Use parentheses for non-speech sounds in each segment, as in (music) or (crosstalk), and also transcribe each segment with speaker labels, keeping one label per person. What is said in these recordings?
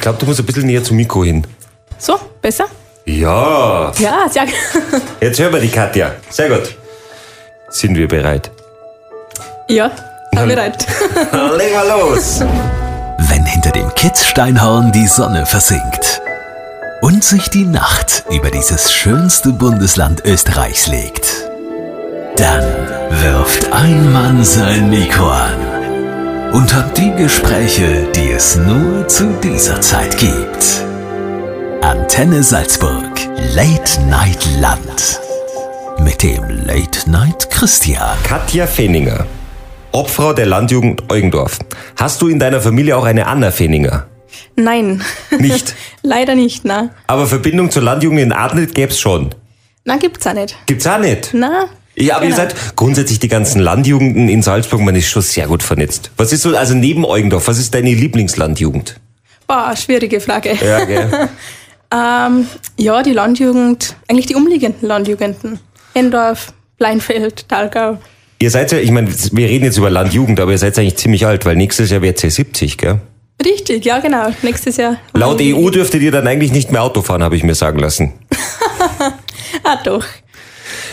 Speaker 1: glaube, du musst ein bisschen näher zum Mikro hin.
Speaker 2: So, besser?
Speaker 1: Ja,
Speaker 2: Ja, sehr
Speaker 1: jetzt hören wir die Katja. Sehr gut. Sind wir (laughs) bereit?
Speaker 2: (laughs) Ja,
Speaker 1: Hallo.
Speaker 2: bin bereit.
Speaker 1: Leg mal los.
Speaker 3: Wenn hinter dem Kitzsteinhorn die Sonne versinkt und sich die Nacht über dieses schönste Bundesland Österreichs legt, dann wirft ein Mann sein Mikro an und hat die Gespräche, die es nur zu dieser Zeit gibt. Antenne Salzburg, Late Night Land. Mit dem Late Night Christian.
Speaker 1: Katja Fehninger, Obfrau der Landjugend Eugendorf. Hast du in deiner Familie auch eine Anna Fehninger?
Speaker 2: Nein.
Speaker 1: Nicht.
Speaker 2: (laughs) Leider nicht, na.
Speaker 1: Aber Verbindung zur Landjugend in Adnet gäb's schon.
Speaker 2: Na, gibt's auch nicht.
Speaker 1: Gibt's auch nicht.
Speaker 2: Na,
Speaker 1: Ja, aber ihr
Speaker 2: Genau.
Speaker 1: seid grundsätzlich die ganzen Landjugenden in Salzburg, man ist schon sehr gut vernetzt. Was ist so, also neben Eugendorf, was ist deine Lieblingslandjugend?
Speaker 2: boah, schwierige Frage.
Speaker 1: Ja, gell?
Speaker 2: Ähm, ja, die Landjugend, eigentlich die umliegenden Landjugenden. Endorf, Bleinfeld, Talgau.
Speaker 1: ihr seid ja, ich meine, wir reden jetzt über Landjugend, aber ihr seid eigentlich ziemlich alt, weil nächstes Jahr werdet ihr 70, gell?
Speaker 2: Richtig, ja genau. Nächstes Jahr.
Speaker 1: Laut E EU dürftet ihr dann eigentlich nicht mehr Auto fahren, habe ich mir sagen lassen.
Speaker 2: Ah doch.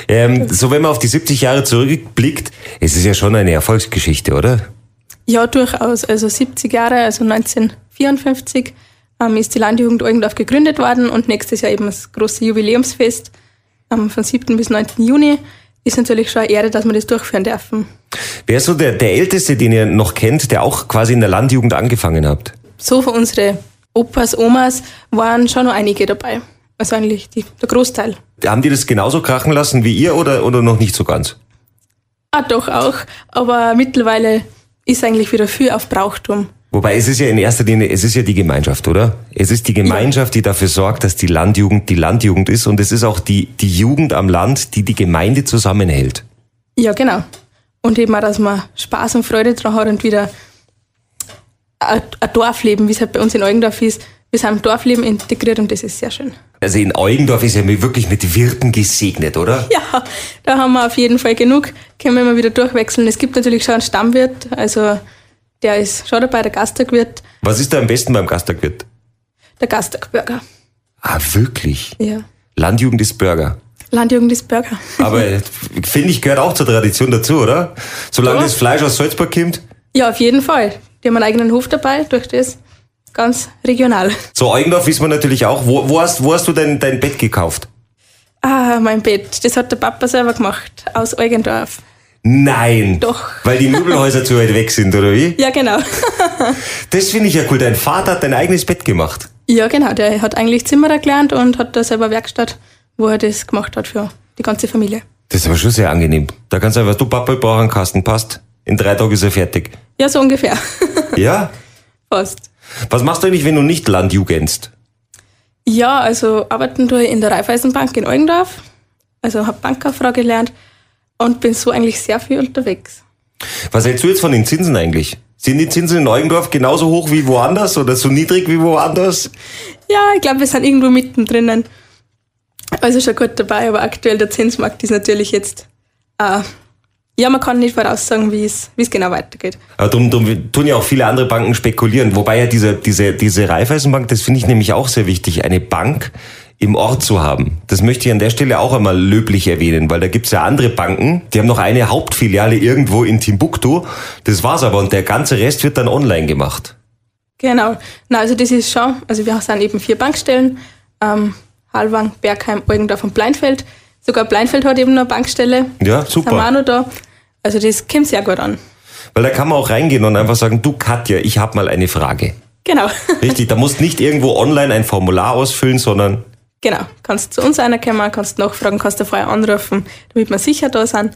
Speaker 1: Ähm, so, wenn man auf die 70 Jahre zurückblickt, es ist ja schon eine Erfolgsgeschichte, oder?
Speaker 2: Ja, durchaus. Also 70 Jahre, also 1954, ähm, ist die Landjugend Eugendorf gegründet worden und nächstes Jahr eben das große Jubiläumsfest ähm, von 7. bis 9. Juni. Ist natürlich schon eine Ehre, dass wir das durchführen dürfen.
Speaker 1: Wer ist so der, der Älteste, den ihr noch kennt, der auch quasi in der Landjugend angefangen habt?
Speaker 2: So von unsere Opas, Omas waren schon noch einige dabei. Also eigentlich die, der Großteil.
Speaker 1: Haben die das genauso krachen lassen wie ihr oder, oder noch nicht so ganz?
Speaker 2: Ah, doch auch. Aber mittlerweile ist eigentlich wieder viel auf Brauchtum.
Speaker 1: Wobei es ist ja in erster Linie, es ist ja die Gemeinschaft, oder? Es ist die Gemeinschaft, die dafür sorgt, dass die Landjugend die Landjugend ist und es ist auch die, die Jugend am Land, die die Gemeinde zusammenhält.
Speaker 2: Ja, genau. Und eben auch, dass man Spaß und Freude dran hat und wieder ein ein Dorfleben, wie es halt bei uns in Eugendorf ist. Wir sind im Dorfleben integriert und das ist sehr schön.
Speaker 1: Also in Eugendorf ist ja mi- wirklich mit Wirten gesegnet, oder?
Speaker 2: (laughs) Ja, da haben wir auf jeden Fall genug. Können wir immer wieder durchwechseln. Es gibt natürlich schon einen Stammwirt, also der ist schon dabei, der Gastagwirt,
Speaker 1: Was ist da am besten beim Gastagwirt?
Speaker 2: der Gastagburger.
Speaker 1: Ah, wirklich?
Speaker 2: Ja.
Speaker 1: Landjugend ist Burger.
Speaker 2: Landjugend ist Burger. (laughs)
Speaker 1: Aber äh, finde ich, gehört auch zur Tradition dazu, oder? Solange
Speaker 2: Ja.
Speaker 1: das Fleisch aus Salzburg kommt.
Speaker 2: Ja, auf jeden Fall. Die haben einen eigenen Hof dabei, durch das ganz regional.
Speaker 1: So, Eugendorf ist man natürlich auch. Wo, wo, hast, wo hast du dein, dein Bett gekauft?
Speaker 2: Ah, mein Bett, das hat der Papa selber gemacht, aus Eugendorf.
Speaker 1: Nein.
Speaker 2: Doch.
Speaker 1: Weil die
Speaker 2: (laughs)
Speaker 1: Möbelhäuser zu weit weg sind, oder wie?
Speaker 2: Ja, genau.
Speaker 1: Das finde ich ja cool. Dein Vater hat dein eigenes Bett gemacht.
Speaker 2: Ja, genau. Der hat eigentlich Zimmerer gelernt und hat da selber Werkstatt, wo er das gemacht hat für die ganze Familie.
Speaker 1: Das ist aber schon sehr angenehm. Da kannst du einfach, du Papa, ich brauche einen Kasten, passt. In drei Tagen ist er fertig.
Speaker 2: Ja, so ungefähr. (laughs)
Speaker 1: Ja?
Speaker 2: Fast.
Speaker 1: Was machst du eigentlich, wenn du nicht Landjugendst?
Speaker 2: Ja, also arbeiten tue ich in der Raiffeisenbank in Eugendorf. Also habe Bankkauffrau gelernt und bin so eigentlich sehr viel unterwegs.
Speaker 1: Was hältst du jetzt von den Zinsen eigentlich? Sind die Zinsen in Eugendorf genauso hoch wie woanders oder so niedrig wie woanders?
Speaker 2: Ja, ich glaube, wir sind irgendwo mittendrin. Also schon gut dabei, aber aktuell der Zinsmarkt ist natürlich jetzt. Äh, ja, man kann nicht voraussagen, wie es wie es genau weitergeht.
Speaker 1: Aber drum, drum tun ja auch viele andere Banken spekulieren. Wobei ja diese, diese, diese Raiffeisenbank, das finde ich nämlich auch sehr wichtig, eine Bank im Ort zu haben. Das möchte ich an der Stelle auch einmal löblich erwähnen, weil da gibt's ja andere Banken, die haben noch eine Hauptfiliale irgendwo in Timbuktu. Das war's aber und der ganze Rest wird dann online gemacht.
Speaker 2: Genau. Na, also das ist schon, also wir sind eben vier Bankstellen, ähm, Halwang, Bergheim, Eugendorf und Bleinfeld. Sogar Bleinfeld hat eben noch eine Bankstelle.
Speaker 1: Ja,
Speaker 2: Sind wir auch
Speaker 1: super.
Speaker 2: noch da. Also das kommt sehr gut an.
Speaker 1: Weil da kann man auch reingehen und einfach sagen, du Katja, ich habe mal eine Frage.
Speaker 2: Genau. (laughs)
Speaker 1: Richtig, da musst nicht irgendwo online ein Formular ausfüllen, sondern
Speaker 2: genau. Kannst zu uns einer kommen, kannst nachfragen, kannst da vorher anrufen, damit wir sicher da sind.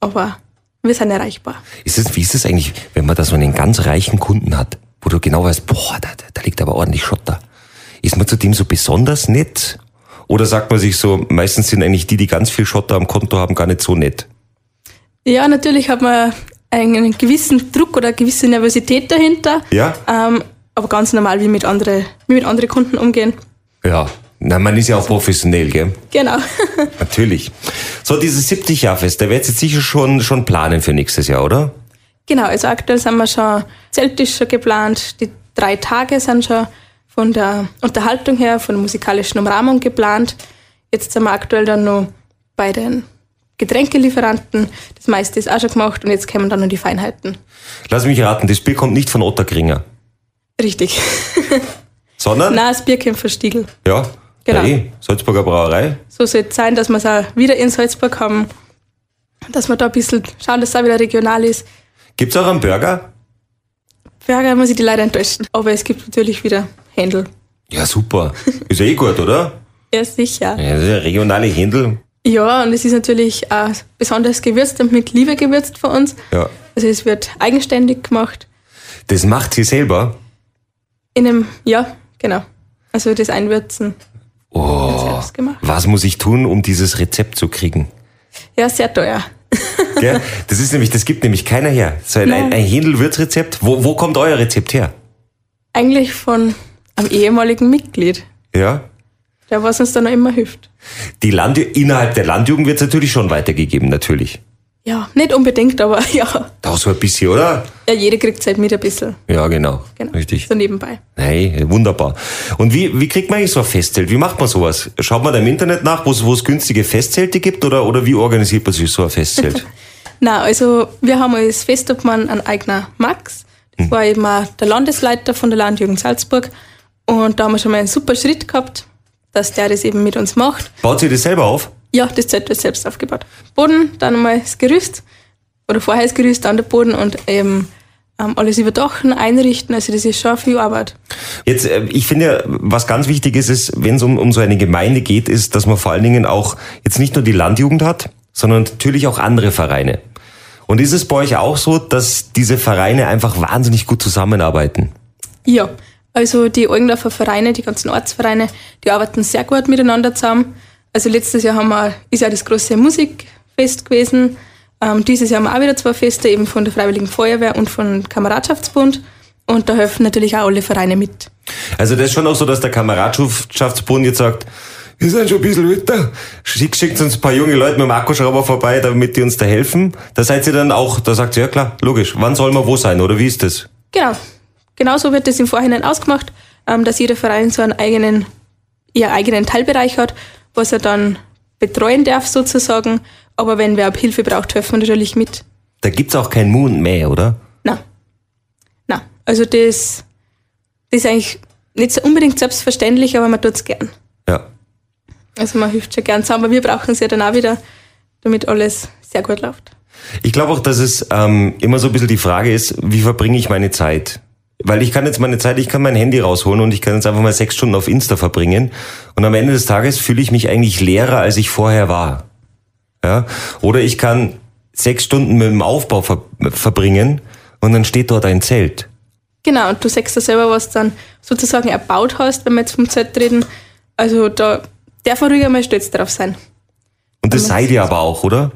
Speaker 2: Aber wir sind erreichbar.
Speaker 1: Ist es, wie ist es eigentlich, wenn man da so einen ganz reichen Kunden hat, wo du genau weißt, boah, da, da liegt aber ordentlich Schott da. Ist man zu dem so besonders nett? Oder sagt man sich so, meistens sind eigentlich die, die ganz viel Schotter am Konto haben, gar nicht so nett?
Speaker 2: Ja, natürlich hat man einen gewissen Druck oder eine gewisse Nervosität dahinter.
Speaker 1: Ja?
Speaker 2: Ähm, aber ganz normal, wie mit anderen, wie mit anderen Kunden umgehen.
Speaker 1: Ja. Na, man ist ja auch professionell, gell?
Speaker 2: Genau. (laughs)
Speaker 1: Natürlich. So, dieses 70-Jahr-Fest, da werdet ihr jetzt sicher schon, schon planen für nächstes Jahr, oder?
Speaker 2: Genau, also aktuell sind wir schon Zelttisch schon geplant, die drei Tage sind schon von der Unterhaltung her, von der musikalischen Umrahmung geplant. Jetzt sind wir aktuell dann noch bei den Getränkelieferanten. Das meiste ist auch schon gemacht und jetzt kämen dann noch die Feinheiten.
Speaker 1: Lass mich raten, das Bier kommt nicht von Otterkringer,
Speaker 2: Richtig.
Speaker 1: sondern?
Speaker 2: Na, das Bier kommt von Stiegl.
Speaker 1: Ja,
Speaker 2: Genau.
Speaker 1: ja eh, Salzburger Brauerei.
Speaker 2: So soll es sein, dass wir es auch wieder in Salzburg haben. Dass wir da ein bisschen schauen, dass es auch wieder regional ist.
Speaker 1: Gibt's auch einen Burger?
Speaker 2: Burger muss ich die leider enttäuschen. Aber es gibt natürlich wieder Händel.
Speaker 1: Ja, super. Ist ja eh gut, oder?
Speaker 2: Ja, sicher.
Speaker 1: Ja, das ist ja regionale Händel.
Speaker 2: Ja, und es ist natürlich auch besonders gewürzt und mit Liebe gewürzt für uns.
Speaker 1: Ja.
Speaker 2: Also es wird eigenständig gemacht.
Speaker 1: Das macht sie selber.
Speaker 2: In einem, ja, genau. Also das Einwürzen wird
Speaker 1: Oh,
Speaker 2: selbst gemacht.
Speaker 1: was muss ich tun, um dieses Rezept zu kriegen?
Speaker 2: Ja, sehr teuer.
Speaker 1: Gell? Das ist nämlich, das gibt nämlich keiner her. So ein, ein,
Speaker 2: Nein.
Speaker 1: ein Händel-Würzrezept. Wo, wo kommt euer Rezept her?
Speaker 2: Eigentlich von einem ehemaligen Mitglied,
Speaker 1: Ja.
Speaker 2: der was uns da noch immer hilft.
Speaker 1: Die Land innerhalb der Landjugend wird es natürlich schon weitergegeben, natürlich.
Speaker 2: Ja, nicht unbedingt, aber (laughs) ja.
Speaker 1: Doch so ein bisschen, oder?
Speaker 2: Ja, jeder kriegt halt mit ein bisschen.
Speaker 1: Ja, genau.
Speaker 2: Genau.
Speaker 1: Richtig.
Speaker 2: So nebenbei.
Speaker 1: Hey, wunderbar. Und wie, wie kriegt man eigentlich so ein Festzelt? Wie macht man sowas? Schaut man da im Internet nach, wo es wo es günstige Festzelte gibt oder, oder wie organisiert man sich so ein
Speaker 2: (laughs)
Speaker 1: Festzelt?
Speaker 2: Na, also wir haben als Festobmann einen eigenen Max. Das war eben auch der Landesleiter von der Landjugend Salzburg. Und da haben wir schon mal einen super Schritt gehabt, dass der das eben mit uns macht.
Speaker 1: Baut ihr das selber auf?
Speaker 2: Ja, das Zelt wird selbst aufgebaut. Boden, dann einmal das Gerüst oder vorher das Gerüst, dann der Boden und eben ähm, alles überdachen, einrichten. Also das ist schon viel Arbeit.
Speaker 1: Jetzt, äh, ich finde ja, was ganz wichtig ist, ist, wenn es um, um so eine Gemeinde geht, ist, dass man vor allen Dingen auch jetzt nicht nur die Landjugend hat, sondern natürlich auch andere Vereine. Und ist es bei euch auch so, dass diese Vereine einfach wahnsinnig gut zusammenarbeiten?
Speaker 2: Ja, also die Eugendorfer Vereine, die ganzen Ortsvereine, die arbeiten sehr gut miteinander zusammen. Also letztes Jahr haben wir, ist ja das große Musikfest gewesen. Ähm, dieses Jahr haben wir auch wieder zwei Feste, eben von der Freiwilligen Feuerwehr und vom Kameradschaftsbund. Und da helfen natürlich auch alle Vereine mit.
Speaker 1: Also das ist schon auch so, dass der Kameradschaftsbund jetzt sagt, wir sind schon ein bisschen älter, schickt, schickt uns ein paar junge Leute mit dem Akkuschrauber vorbei, damit die uns da helfen. Da seid ihr dann auch, da sagt ihr, ja klar, logisch, wann soll man wo sein oder wie ist das?
Speaker 2: Genau. Genauso wird das im Vorhinein ausgemacht, ähm, dass jeder Verein so einen eigenen, ihr eigenen Teilbereich hat, was er dann betreuen darf sozusagen. Aber wenn wer Hilfe braucht, helfen wir natürlich mit.
Speaker 1: Da gibt's auch kein Moon mehr, oder?
Speaker 2: Na, na, also das, das ist eigentlich nicht so unbedingt selbstverständlich, aber man tut's gern.
Speaker 1: Ja.
Speaker 2: Also man hilft schon gern zusammen, aber wir brauchen es ja dann auch wieder, damit alles sehr gut läuft.
Speaker 1: Ich glaube auch, dass es ähm, immer so ein bisschen die Frage ist, wie verbringe ich meine Zeit? Weil ich kann jetzt meine Zeit, ich kann mein Handy rausholen und ich kann jetzt einfach mal sechs Stunden auf Insta verbringen. Und am Ende des Tages fühle ich mich eigentlich leerer, als ich vorher war. Ja? Oder ich kann sechs Stunden mit dem Aufbau ver verbringen und dann steht dort ein Zelt.
Speaker 2: Genau, und du sagst ja selber, was dann sozusagen erbaut hast, wenn wir jetzt vom Zelt reden. Also da darf man ruhig einmal stolz drauf sein.
Speaker 1: Und das seid ihr aber auch, oder?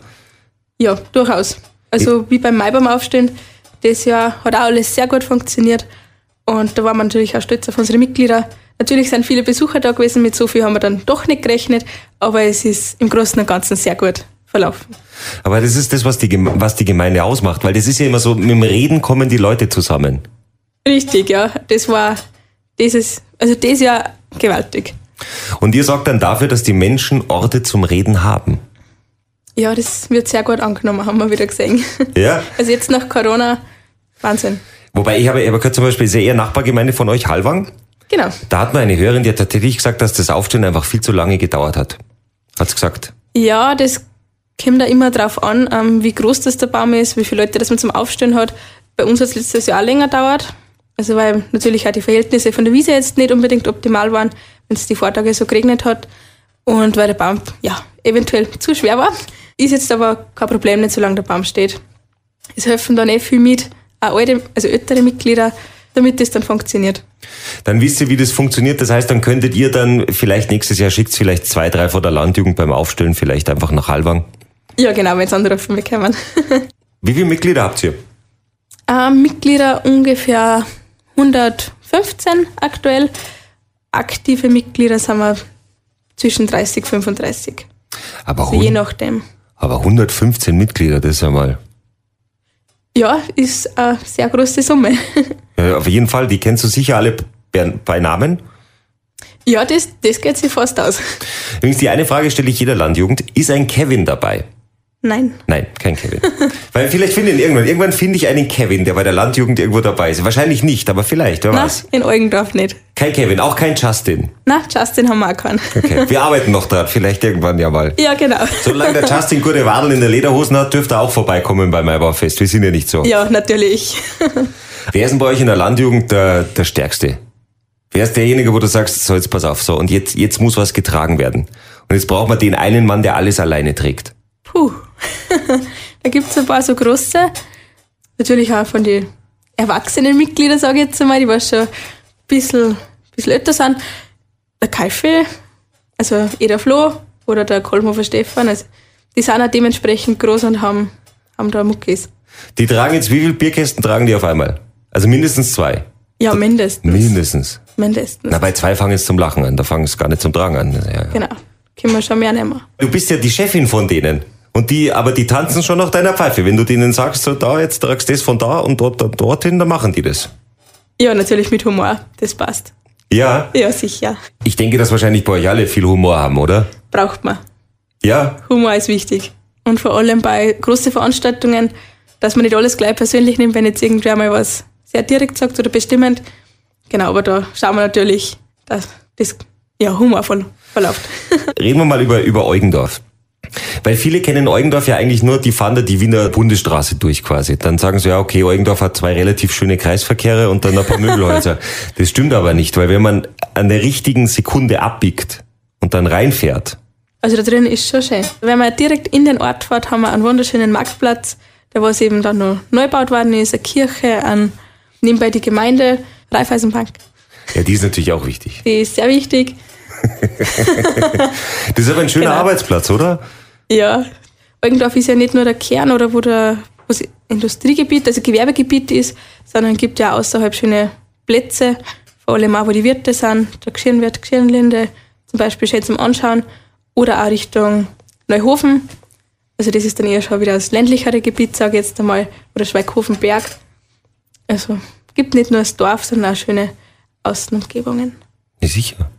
Speaker 2: Ja, durchaus. Also wie beim Maibaum aufstehen, das Jahr hat auch alles sehr gut funktioniert. Und da waren wir natürlich auch stolz auf unsere Mitglieder. Natürlich sind viele Besucher da gewesen, mit so viel haben wir dann doch nicht gerechnet, aber es ist im Großen und Ganzen sehr gut verlaufen.
Speaker 1: Aber das ist das, was die, Gem- was die Gemeinde ausmacht. Weil das ist ja immer so, mit dem Reden kommen die Leute zusammen.
Speaker 2: Richtig, ja. Das war dieses, also das Jahr gewaltig.
Speaker 1: Und ihr sorgt dann dafür, dass die Menschen Orte zum Reden haben.
Speaker 2: Ja, das wird sehr gut angenommen, haben wir wieder gesehen. (laughs)
Speaker 1: Ja?
Speaker 2: Also jetzt nach Corona, Wahnsinn.
Speaker 1: Wobei ich habe, ich habe gehört zum Beispiel, sehr eher Nachbargemeinde von euch, Halwang.
Speaker 2: Genau.
Speaker 1: Da hat mir eine Hörerin, die hat tatsächlich gesagt, dass das Aufstehen einfach viel zu lange gedauert hat. Hat's gesagt.
Speaker 2: Ja, das kommt da immer drauf an, ähm, wie groß das der Baum ist, wie viele Leute das man zum Aufstehen hat. Bei uns hat es letztes Jahr länger dauert. Also weil natürlich auch die Verhältnisse von der Wiese jetzt nicht unbedingt optimal waren, wenn es die Vortage so geregnet hat. Und weil der Baum ja eventuell zu schwer war. Ist jetzt aber kein Problem, nicht solange der Baum steht. Es helfen dann eh viel mit, auch alte, also ältere Mitglieder, damit das dann funktioniert.
Speaker 1: Dann wisst ihr, wie das funktioniert. Das heißt, dann könntet ihr dann vielleicht nächstes Jahr schickt vielleicht zwei, drei von der Landjugend beim Aufstellen vielleicht einfach nach Halwang.
Speaker 2: Ja, genau, wenn es andere von mir kommen.
Speaker 1: Wie viele Mitglieder habt ihr?
Speaker 2: Ähm, Mitglieder ungefähr 115 aktuell. Aktive Mitglieder sind wir zwischen 30 35.
Speaker 1: Aber,
Speaker 2: Also je
Speaker 1: hun-
Speaker 2: nachdem.
Speaker 1: aber 115 Mitglieder, das ist ja mal.
Speaker 2: Ja, ist eine sehr große Summe. (laughs)
Speaker 1: Ja, auf jeden Fall, die kennst du sicher alle bei- bei Namen?
Speaker 2: Ja, das, das geht sich fast aus.
Speaker 1: Übrigens, die eine Frage stelle ich jeder Landjugend. Ist ein Kevin dabei?
Speaker 2: Nein.
Speaker 1: Nein, kein (laughs) Kevin. Weil vielleicht finde ich ihn irgendwann. Irgendwann finde ich einen Kevin, der bei der Landjugend irgendwo dabei ist. Wahrscheinlich nicht, aber vielleicht, wer
Speaker 2: Na,
Speaker 1: weiß.
Speaker 2: in Eugendorf nicht.
Speaker 1: Kein Kevin, auch kein Justin.
Speaker 2: Na, Justin haben wir auch keinen.
Speaker 1: Okay. (laughs) Wir arbeiten noch dran, vielleicht irgendwann ja mal.
Speaker 2: (laughs) Ja, genau.
Speaker 1: Solange der Justin gute Wadeln in der Lederhosen hat, dürfte er auch vorbeikommen beim Maibaufest. Wir sind ja nicht so.
Speaker 2: Ja, natürlich.
Speaker 1: Wer ist denn bei euch in der Landjugend der, der Stärkste? Wer ist derjenige, wo du sagst, so jetzt pass auf, so und jetzt, jetzt muss was getragen werden. Und jetzt braucht man den einen Mann, der alles alleine trägt.
Speaker 2: Puh. da gibt's ein paar so große. Natürlich auch von den erwachsenen Mitgliedern, sage ich jetzt einmal, die was schon ein bisschen, bisschen älter sind. Der Kaifel, also Eda Flo oder der Kolmhofer Stefan, also die sind auch dementsprechend groß und haben, haben da Muckis.
Speaker 1: Die tragen jetzt, wie viel Bierkästen tragen die auf einmal? Also mindestens zwei.
Speaker 2: Ja, mindestens.
Speaker 1: Mindestens.
Speaker 2: mindestens.
Speaker 1: Na, bei zwei fangen es zum Lachen an, da fangen es gar nicht zum Tragen an. Ja, ja.
Speaker 2: genau. Können wir schon mehr nehmen.
Speaker 1: Du bist ja die Chefin von denen. Und die, aber die tanzen schon nach deiner Pfeife. Wenn du denen sagst, so da, jetzt tragst du das von da und dort, dort dorthin, dann machen die das.
Speaker 2: Ja, natürlich mit Humor. Das passt.
Speaker 1: Ja.
Speaker 2: Ja, sicher.
Speaker 1: Ich denke, dass wahrscheinlich bei euch alle viel Humor haben, oder?
Speaker 2: Braucht man.
Speaker 1: Ja.
Speaker 2: Humor ist wichtig. Und vor allem bei großen Veranstaltungen, dass man nicht alles gleich persönlich nimmt, wenn jetzt irgendwer mal was sehr direkt sagt oder bestimmend. Genau, aber da schauen wir natürlich, dass das ja, humorvoll verläuft.
Speaker 1: Reden wir mal über, über Eugendorf. Weil viele kennen Eugendorf ja eigentlich nur, die fahren da die Wiener Bundesstraße durch quasi. Dann sagen sie ja, okay, Eugendorf hat zwei relativ schöne Kreisverkehre und dann ein paar (laughs) Möbelhäuser. Das stimmt aber nicht, weil wenn man an der richtigen Sekunde abbiegt und dann reinfährt,
Speaker 2: Also da drin ist schon schön. Wenn man direkt in den Ort fährt, haben wir einen wunderschönen Marktplatz, der was eben dann noch neu gebaut worden ist, eine Kirche, an nebenbei die Gemeinde, Raiffeisenbank.
Speaker 1: ja, die ist natürlich auch wichtig.
Speaker 2: Die ist sehr wichtig.
Speaker 1: Das ist aber ein schöner
Speaker 2: Genau.
Speaker 1: Arbeitsplatz, oder?
Speaker 2: Ja, Eugendorf ist ja nicht nur der Kern oder wo der wo das Industriegebiet, also Gewerbegebiet ist, sondern gibt ja außerhalb schöne Plätze, vor allem auch, wo die Wirte sind, der Geschirrenwirt, Geschirrenlinde, zum Beispiel schön zum Anschauen, oder auch Richtung Neuhofen. Also das ist dann eher schon wieder das ländlichere Gebiet, sage ich jetzt einmal, oder Schweighofenberg. Also gibt nicht nur das Dorf, sondern auch schöne Außenumgebungen.
Speaker 1: Ja, sicher.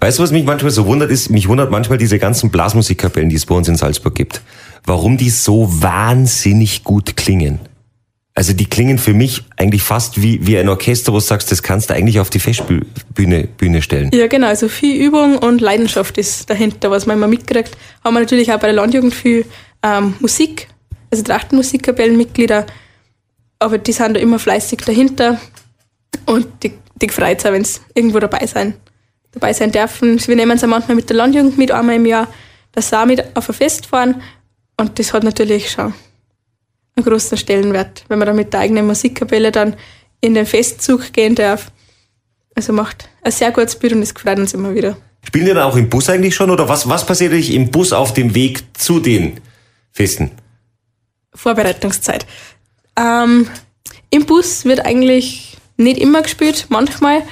Speaker 1: Weißt du, was mich manchmal so wundert, ist, mich wundert manchmal diese ganzen Blasmusikkapellen, die es bei uns in Salzburg gibt. Warum die so wahnsinnig gut klingen. Also die klingen für mich eigentlich fast wie, wie ein Orchester, wo du sagst, das kannst du eigentlich auf die Festbühne Bühne stellen.
Speaker 2: Ja, genau. Also viel Übung und Leidenschaft ist dahinter, was man immer mitkriegt. Haben wir natürlich auch bei der Landjugend viel ähm, Musik, also Trachtenmusikkapellenmitglieder, aber die sind da immer fleißig dahinter und die, die freut sich, wenn sie irgendwo dabei sein, dabei sein dürfen. Also Wir nehmen sie manchmal mit der Landjugend mit, einmal im Jahr, dass sie auch mit auf ein Fest fahren und das hat natürlich schon einen großen Stellenwert, wenn man dann mit der eigenen Musikkapelle dann in den Festzug gehen darf. Also macht ein sehr gutes Bild und es gefreut uns immer wieder.
Speaker 1: Spielen die dann auch im Bus eigentlich schon oder was, was passiert eigentlich im Bus auf dem Weg zu den Festen?
Speaker 2: Vorbereitungszeit. Ähm, Im Bus wird eigentlich nicht immer gespielt, manchmal.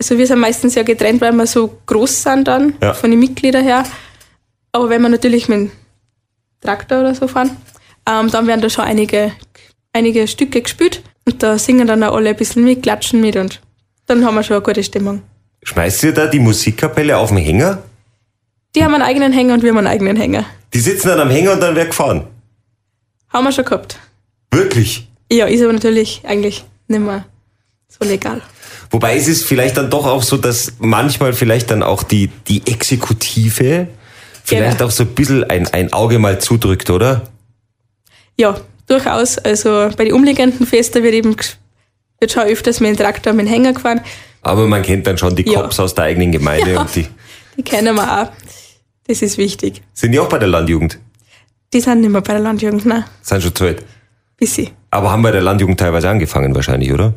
Speaker 2: Also wir sind meistens ja getrennt, weil wir so groß sind dann,
Speaker 1: Ja.
Speaker 2: von den Mitgliedern her. Aber wenn wir natürlich mit dem Traktor oder so fahren, ähm, dann werden da schon einige, einige Stücke gespielt. Und da singen dann auch alle ein bisschen mit, klatschen mit und dann haben wir schon eine gute Stimmung.
Speaker 1: Schmeißt ihr da die Musikkapelle auf den Hänger?
Speaker 2: Die haben einen eigenen Hänger und wir haben einen eigenen Hänger.
Speaker 1: Die sitzen dann am Hänger und dann wird gefahren.
Speaker 2: Haben wir schon gehabt.
Speaker 1: Wirklich?
Speaker 2: Ja, ist aber natürlich eigentlich nicht mehr so legal.
Speaker 1: Wobei es ist vielleicht dann doch auch so, dass manchmal vielleicht dann auch die, die Exekutive vielleicht
Speaker 2: Genau.
Speaker 1: auch so ein bisschen ein, ein Auge mal zudrückt, oder?
Speaker 2: Ja, durchaus. Also bei den umliegenden Festen wird eben ges- wird schon öfters mit dem Traktor mit dem Hänger gefahren.
Speaker 1: Aber man kennt dann schon die
Speaker 2: Ja.
Speaker 1: Cops aus der eigenen Gemeinde und die
Speaker 2: Die kennen wir auch. Das ist wichtig.
Speaker 1: sind ja auch bei der Landjugend.
Speaker 2: Die sind nicht mehr bei der Landjugend, nein.
Speaker 1: Sind schon zu alt.
Speaker 2: Bissi.
Speaker 1: Aber haben bei der Landjugend teilweise angefangen wahrscheinlich, oder?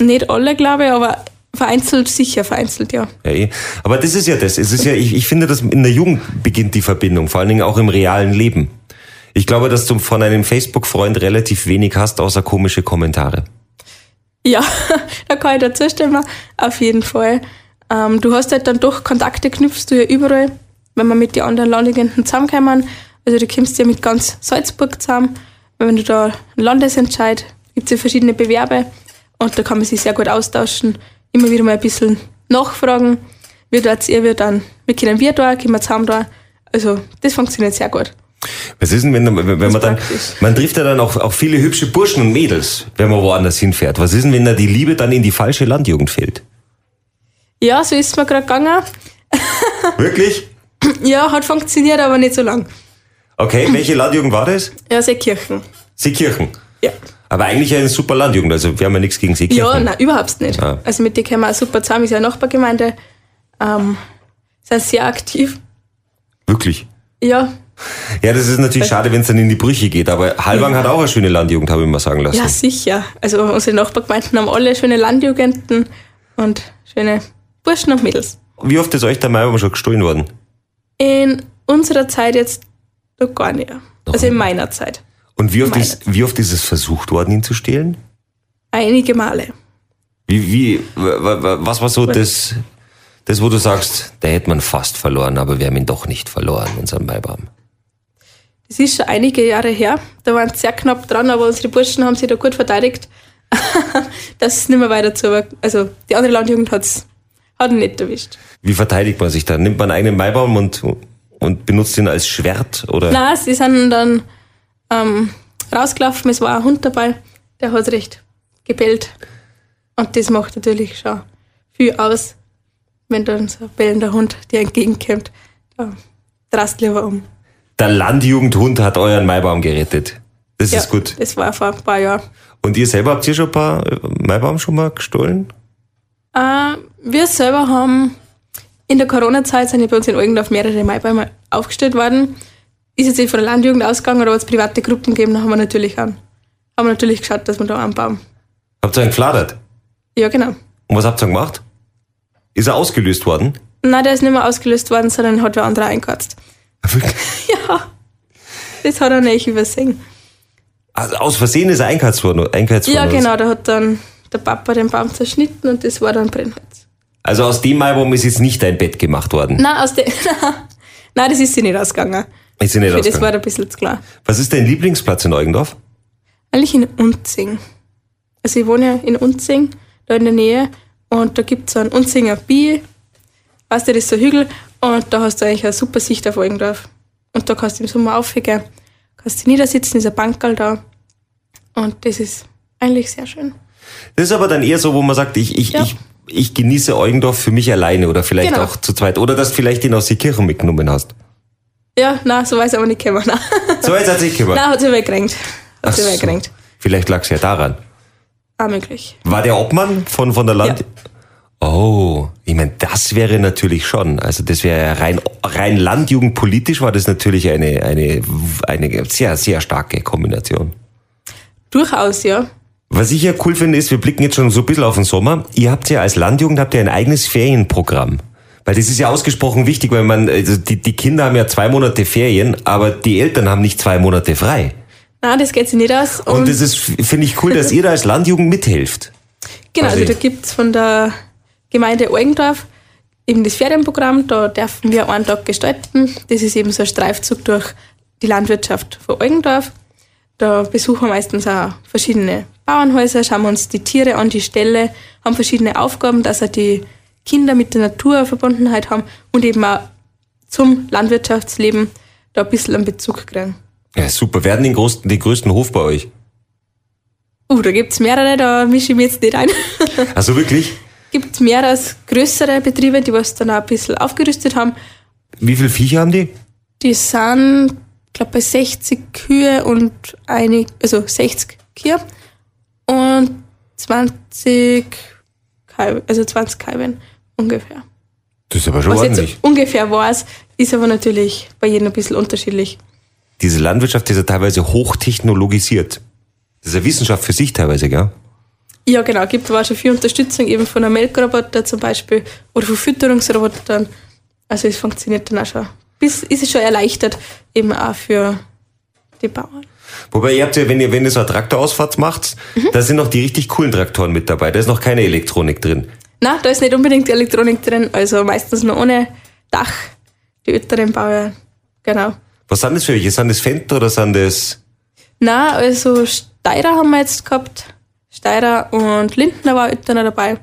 Speaker 2: Nicht alle, glaube ich, aber vereinzelt sicher, vereinzelt, ja.
Speaker 1: Ja, eh. Aber das ist ja das. Es ist ja, ich, ich finde, dass in der Jugend beginnt die Verbindung, vor allen Dingen auch im realen Leben. Ich glaube, dass du von einem Facebook-Freund relativ wenig hast, außer komische Kommentare.
Speaker 2: Ja, (laughs) da kann ich dir zustimmen, auf jeden Fall. Ähm, du hast halt dann doch Kontakte, knüpfst du ja überall, wenn man mit den anderen Landjugenden zusammenkommen. Also du kommst ja mit ganz Salzburg zusammen. Wenn du da einen Landesentscheid, gibt es ja verschiedene Bewerbe und da kann man sich sehr gut austauschen. immer wieder mal ein bisschen nachfragen. Wie tut's ihr, wie dann? Wir können wir da, können wir zusammen da. Also, das funktioniert sehr gut.
Speaker 1: Was ist denn, wenn, wenn wenn man dann,
Speaker 2: praktisch.
Speaker 1: man trifft ja dann auch, auch viele hübsche Burschen und Mädels, wenn man woanders hinfährt. Was ist denn, wenn da die Liebe dann in die falsche Landjugend
Speaker 2: (laughs)
Speaker 1: fällt?
Speaker 2: Ja, so ist es mir gerade gegangen.
Speaker 1: Wirklich?
Speaker 2: Ja, hat funktioniert, aber nicht so lang.
Speaker 1: Okay, welche Landjugend war das?
Speaker 2: Ja, Seekirchen.
Speaker 1: Seekirchen.
Speaker 2: Ja.
Speaker 1: Aber eigentlich eine super Landjugend, also wir haben ja nichts gegen Seekirchen.
Speaker 2: Ja, nein, überhaupt nicht.
Speaker 1: Ah.
Speaker 2: Also mit denen können wir auch super zusammen, ist ja eine Nachbargemeinde. Ähm, sind sehr aktiv.
Speaker 1: Wirklich.
Speaker 2: Ja,
Speaker 1: Ja, das ist natürlich schade, wenn es dann in die Brüche geht, aber Halbang hat auch eine schöne Landjugend, habe ich mal sagen lassen.
Speaker 2: ja, sicher. Also unsere Nachbargemeinden haben alle schöne Landjugenden und schöne Burschen und Mädels.
Speaker 1: Wie oft ist euch der Maibaum schon gestohlen worden?
Speaker 2: In unserer Zeit jetzt noch gar nicht. Also in meiner Zeit.
Speaker 1: Und wie oft,
Speaker 2: Meine.
Speaker 1: ist, wie oft ist es versucht worden, ihn zu stehlen?
Speaker 2: Einige Male.
Speaker 1: Wie, wie, wa- wa- was war so das, das, wo du sagst, da hätte man fast verloren, aber wir haben ihn doch nicht verloren, unseren Maibaum.
Speaker 2: Das ist schon einige Jahre her. Da waren sie sehr knapp dran, aber unsere Burschen haben sich da gut verteidigt. (laughs) das ist nicht mehr weiter zu. aber- Also die andere Landjugend hat's, hat ihn nicht erwischt.
Speaker 1: Wie verteidigt man sich da? Nimmt man einen eigenen Maibaum und, und benutzt ihn als Schwert? Oder?
Speaker 2: Nein, sie sind dann ähm, rausgelaufen. Es war ein Hund dabei, der hat recht gebellt. Und das macht natürlich schon viel aus, wenn dann so ein bellender Hund dir entgegenkommt. Da drast lieber um.
Speaker 1: Der Landjugendhund hat euren Maibaum gerettet. Das
Speaker 2: Ja,
Speaker 1: ist gut.
Speaker 2: Das war vor ein paar Jahren.
Speaker 1: Und ihr selber habt ihr schon ein paar äh, Maibaum schon mal gestohlen?
Speaker 2: Äh, wir selber haben in der Corona-Zeit sind ja bei uns in Eugendorf mehrere Maibäume aufgestellt worden. Ist jetzt nicht von der Landjugend ausgegangen oder hat es private Gruppen gegeben, da haben wir natürlich an. Haben wir natürlich geschaut, dass wir da anbauen.
Speaker 1: Habt ihr einen gefladert?
Speaker 2: Ja, genau.
Speaker 1: Und was habt ihr gemacht? Ist er ausgelöst worden? (laughs)
Speaker 2: Nein, der ist nicht mehr ausgelöst worden, sondern hat wer anderer eingekatzt. Ja, das hat er nicht übersehen.
Speaker 1: Also aus Versehen ist er einkatzt worden. Einkatzt
Speaker 2: Ja,
Speaker 1: worden
Speaker 2: genau, da hat dann der Papa den Baum zerschnitten und das war dann Brennholz.
Speaker 1: Also aus dem Maibaum ist jetzt nicht dein Bett gemacht worden.
Speaker 2: Nein, aus der. (laughs) Nein, das ist sie nicht ausgegangen.
Speaker 1: Ist sie nicht
Speaker 2: Für das war
Speaker 1: ausgegangen.
Speaker 2: ein bisschen zu klar.
Speaker 1: Was ist dein Lieblingsplatz in Eugendorf?
Speaker 2: Eigentlich in Unzing. Also ich wohne ja in Unzing, da in der Nähe. Und da gibt es so ein Unzinger Bier. Weißt du, das ist so ein Hügel. Und da hast du eigentlich eine super Sicht auf Eugendorf. Und da kannst du im Sommer aufhängen, kannst dich niedersitzen, ist ein Bankerl da. Und das ist eigentlich sehr schön.
Speaker 1: Das ist aber dann eher so, wo man sagt, ich, ich,
Speaker 2: Ja.
Speaker 1: ich, ich genieße Eugendorf für mich alleine oder vielleicht
Speaker 2: Genau.
Speaker 1: auch zu zweit. Oder dass du vielleicht den aus die Kirche mitgenommen hast.
Speaker 2: Ja, na, so weiß ich aber nicht gekommen. Nein,
Speaker 1: So, jetzt hat sich gemacht.
Speaker 2: (laughs) nein hat sich weggerenkt. Hat sich
Speaker 1: so.
Speaker 2: weggerenkt.
Speaker 1: Vielleicht lag es ja daran.
Speaker 2: Auch möglich.
Speaker 1: War der Obmann von, von der Land?
Speaker 2: Ja.
Speaker 1: Oh, ich meine, das wäre natürlich schon. Also das wäre ja rein, rein landjugendpolitisch war das natürlich eine, eine, eine sehr, sehr starke Kombination.
Speaker 2: Durchaus, ja.
Speaker 1: Was ich ja cool finde, ist, wir blicken jetzt schon so ein bisschen auf den Sommer. Ihr habt ja als Landjugend habt ihr ein eigenes Ferienprogramm. Weil das ist ja ausgesprochen wichtig, weil man, also die, die Kinder haben ja zwei Monate Ferien, aber die Eltern haben nicht zwei Monate frei.
Speaker 2: Nein, das geht sich nicht aus.
Speaker 1: Und das ist, finde ich cool, dass ihr da als Landjugend mithelft.
Speaker 2: Genau, also
Speaker 1: Quasi.
Speaker 2: da gibt's von der Gemeinde Eugendorf eben das Ferienprogramm, da dürfen wir einen Tag gestalten. Das ist eben so ein Streifzug durch die Landwirtschaft von Eugendorf. Da besuchen wir meistens auch verschiedene Bauernhäuser, schauen wir uns die Tiere an, die Ställe, haben verschiedene Aufgaben, dass auch die Kinder mit der Natur eine Verbundenheit haben und eben auch zum Landwirtschaftsleben da ein bisschen einen Bezug kriegen.
Speaker 1: Ja, super. Werden den größten, den größten Hof bei euch?
Speaker 2: Uh, da gibt's mehrere, da mische ich mich jetzt nicht ein.
Speaker 1: Also wirklich?
Speaker 2: gibt mehr als größere Betriebe, die was dann auch ein bisschen aufgerüstet haben.
Speaker 1: Wie viele Viecher haben die?
Speaker 2: Die sind, glaube bei 60 Kühe und eine, also 60 Kühe und 20 Kalb, also 20 Kalben ungefähr.
Speaker 1: Das ist aber schon
Speaker 2: Was jetzt ungefähr war es, ist aber natürlich bei jedem ein bisschen unterschiedlich.
Speaker 1: Diese Landwirtschaft die ist ja teilweise hochtechnologisiert. Das ist ja Wissenschaft für sich teilweise, gell?
Speaker 2: Ja, genau, gibt aber auch schon viel Unterstützung, eben von einem Melkroboter zum Beispiel oder von Fütterungsrobotern. Also es funktioniert dann auch schon. Bis, ist es schon erleichtert, eben auch für die Bauern.
Speaker 1: Wobei ihr habt ja, wenn ihr, wenn ihr so eine Traktorausfahrt macht, da sind noch die richtig coolen Traktoren mit dabei. Da ist noch keine Elektronik drin.
Speaker 2: Na, da ist nicht unbedingt Elektronik drin, also meistens nur ohne Dach, die älteren Bauern. Genau.
Speaker 1: Was sind das für welche? Sind das Fendt oder sind das...
Speaker 2: Na, also Steirer haben wir jetzt gehabt. Steirer und Lindner war älterer dabei.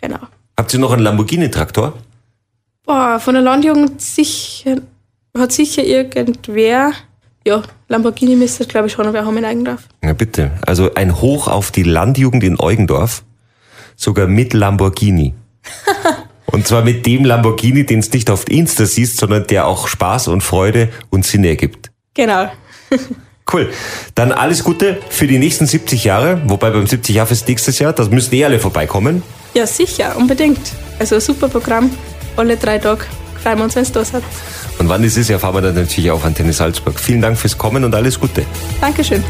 Speaker 2: Genau.
Speaker 1: Habt ihr noch einen Lamborghini-Traktor?
Speaker 2: Boah, von der Landjugend sicher, hat sicher irgendwer, ja, Lamborghini müsste glaube ich schon, aber wir haben ihn Eigendorf.
Speaker 1: Na bitte. Also ein Hoch auf die Landjugend in Eugendorf, sogar mit Lamborghini. und zwar mit dem Lamborghini, den es nicht auf Insta siehst, sondern der auch Spaß und Freude und Sinn ergibt.
Speaker 2: Genau.
Speaker 1: Cool. Dann alles Gute für die nächsten 70 Jahre, wobei beim 70 Jahr fürs nächstes Jahr, das müssen eh alle vorbeikommen.
Speaker 2: Ja, sicher, unbedingt. Also super Programm, alle drei Tage. Freuen wir uns, wenn es da seid.
Speaker 1: Und wann es ist, erfahren wir dann natürlich auch an Tennis Salzburg. Vielen Dank fürs Kommen und alles Gute.
Speaker 2: Dankeschön.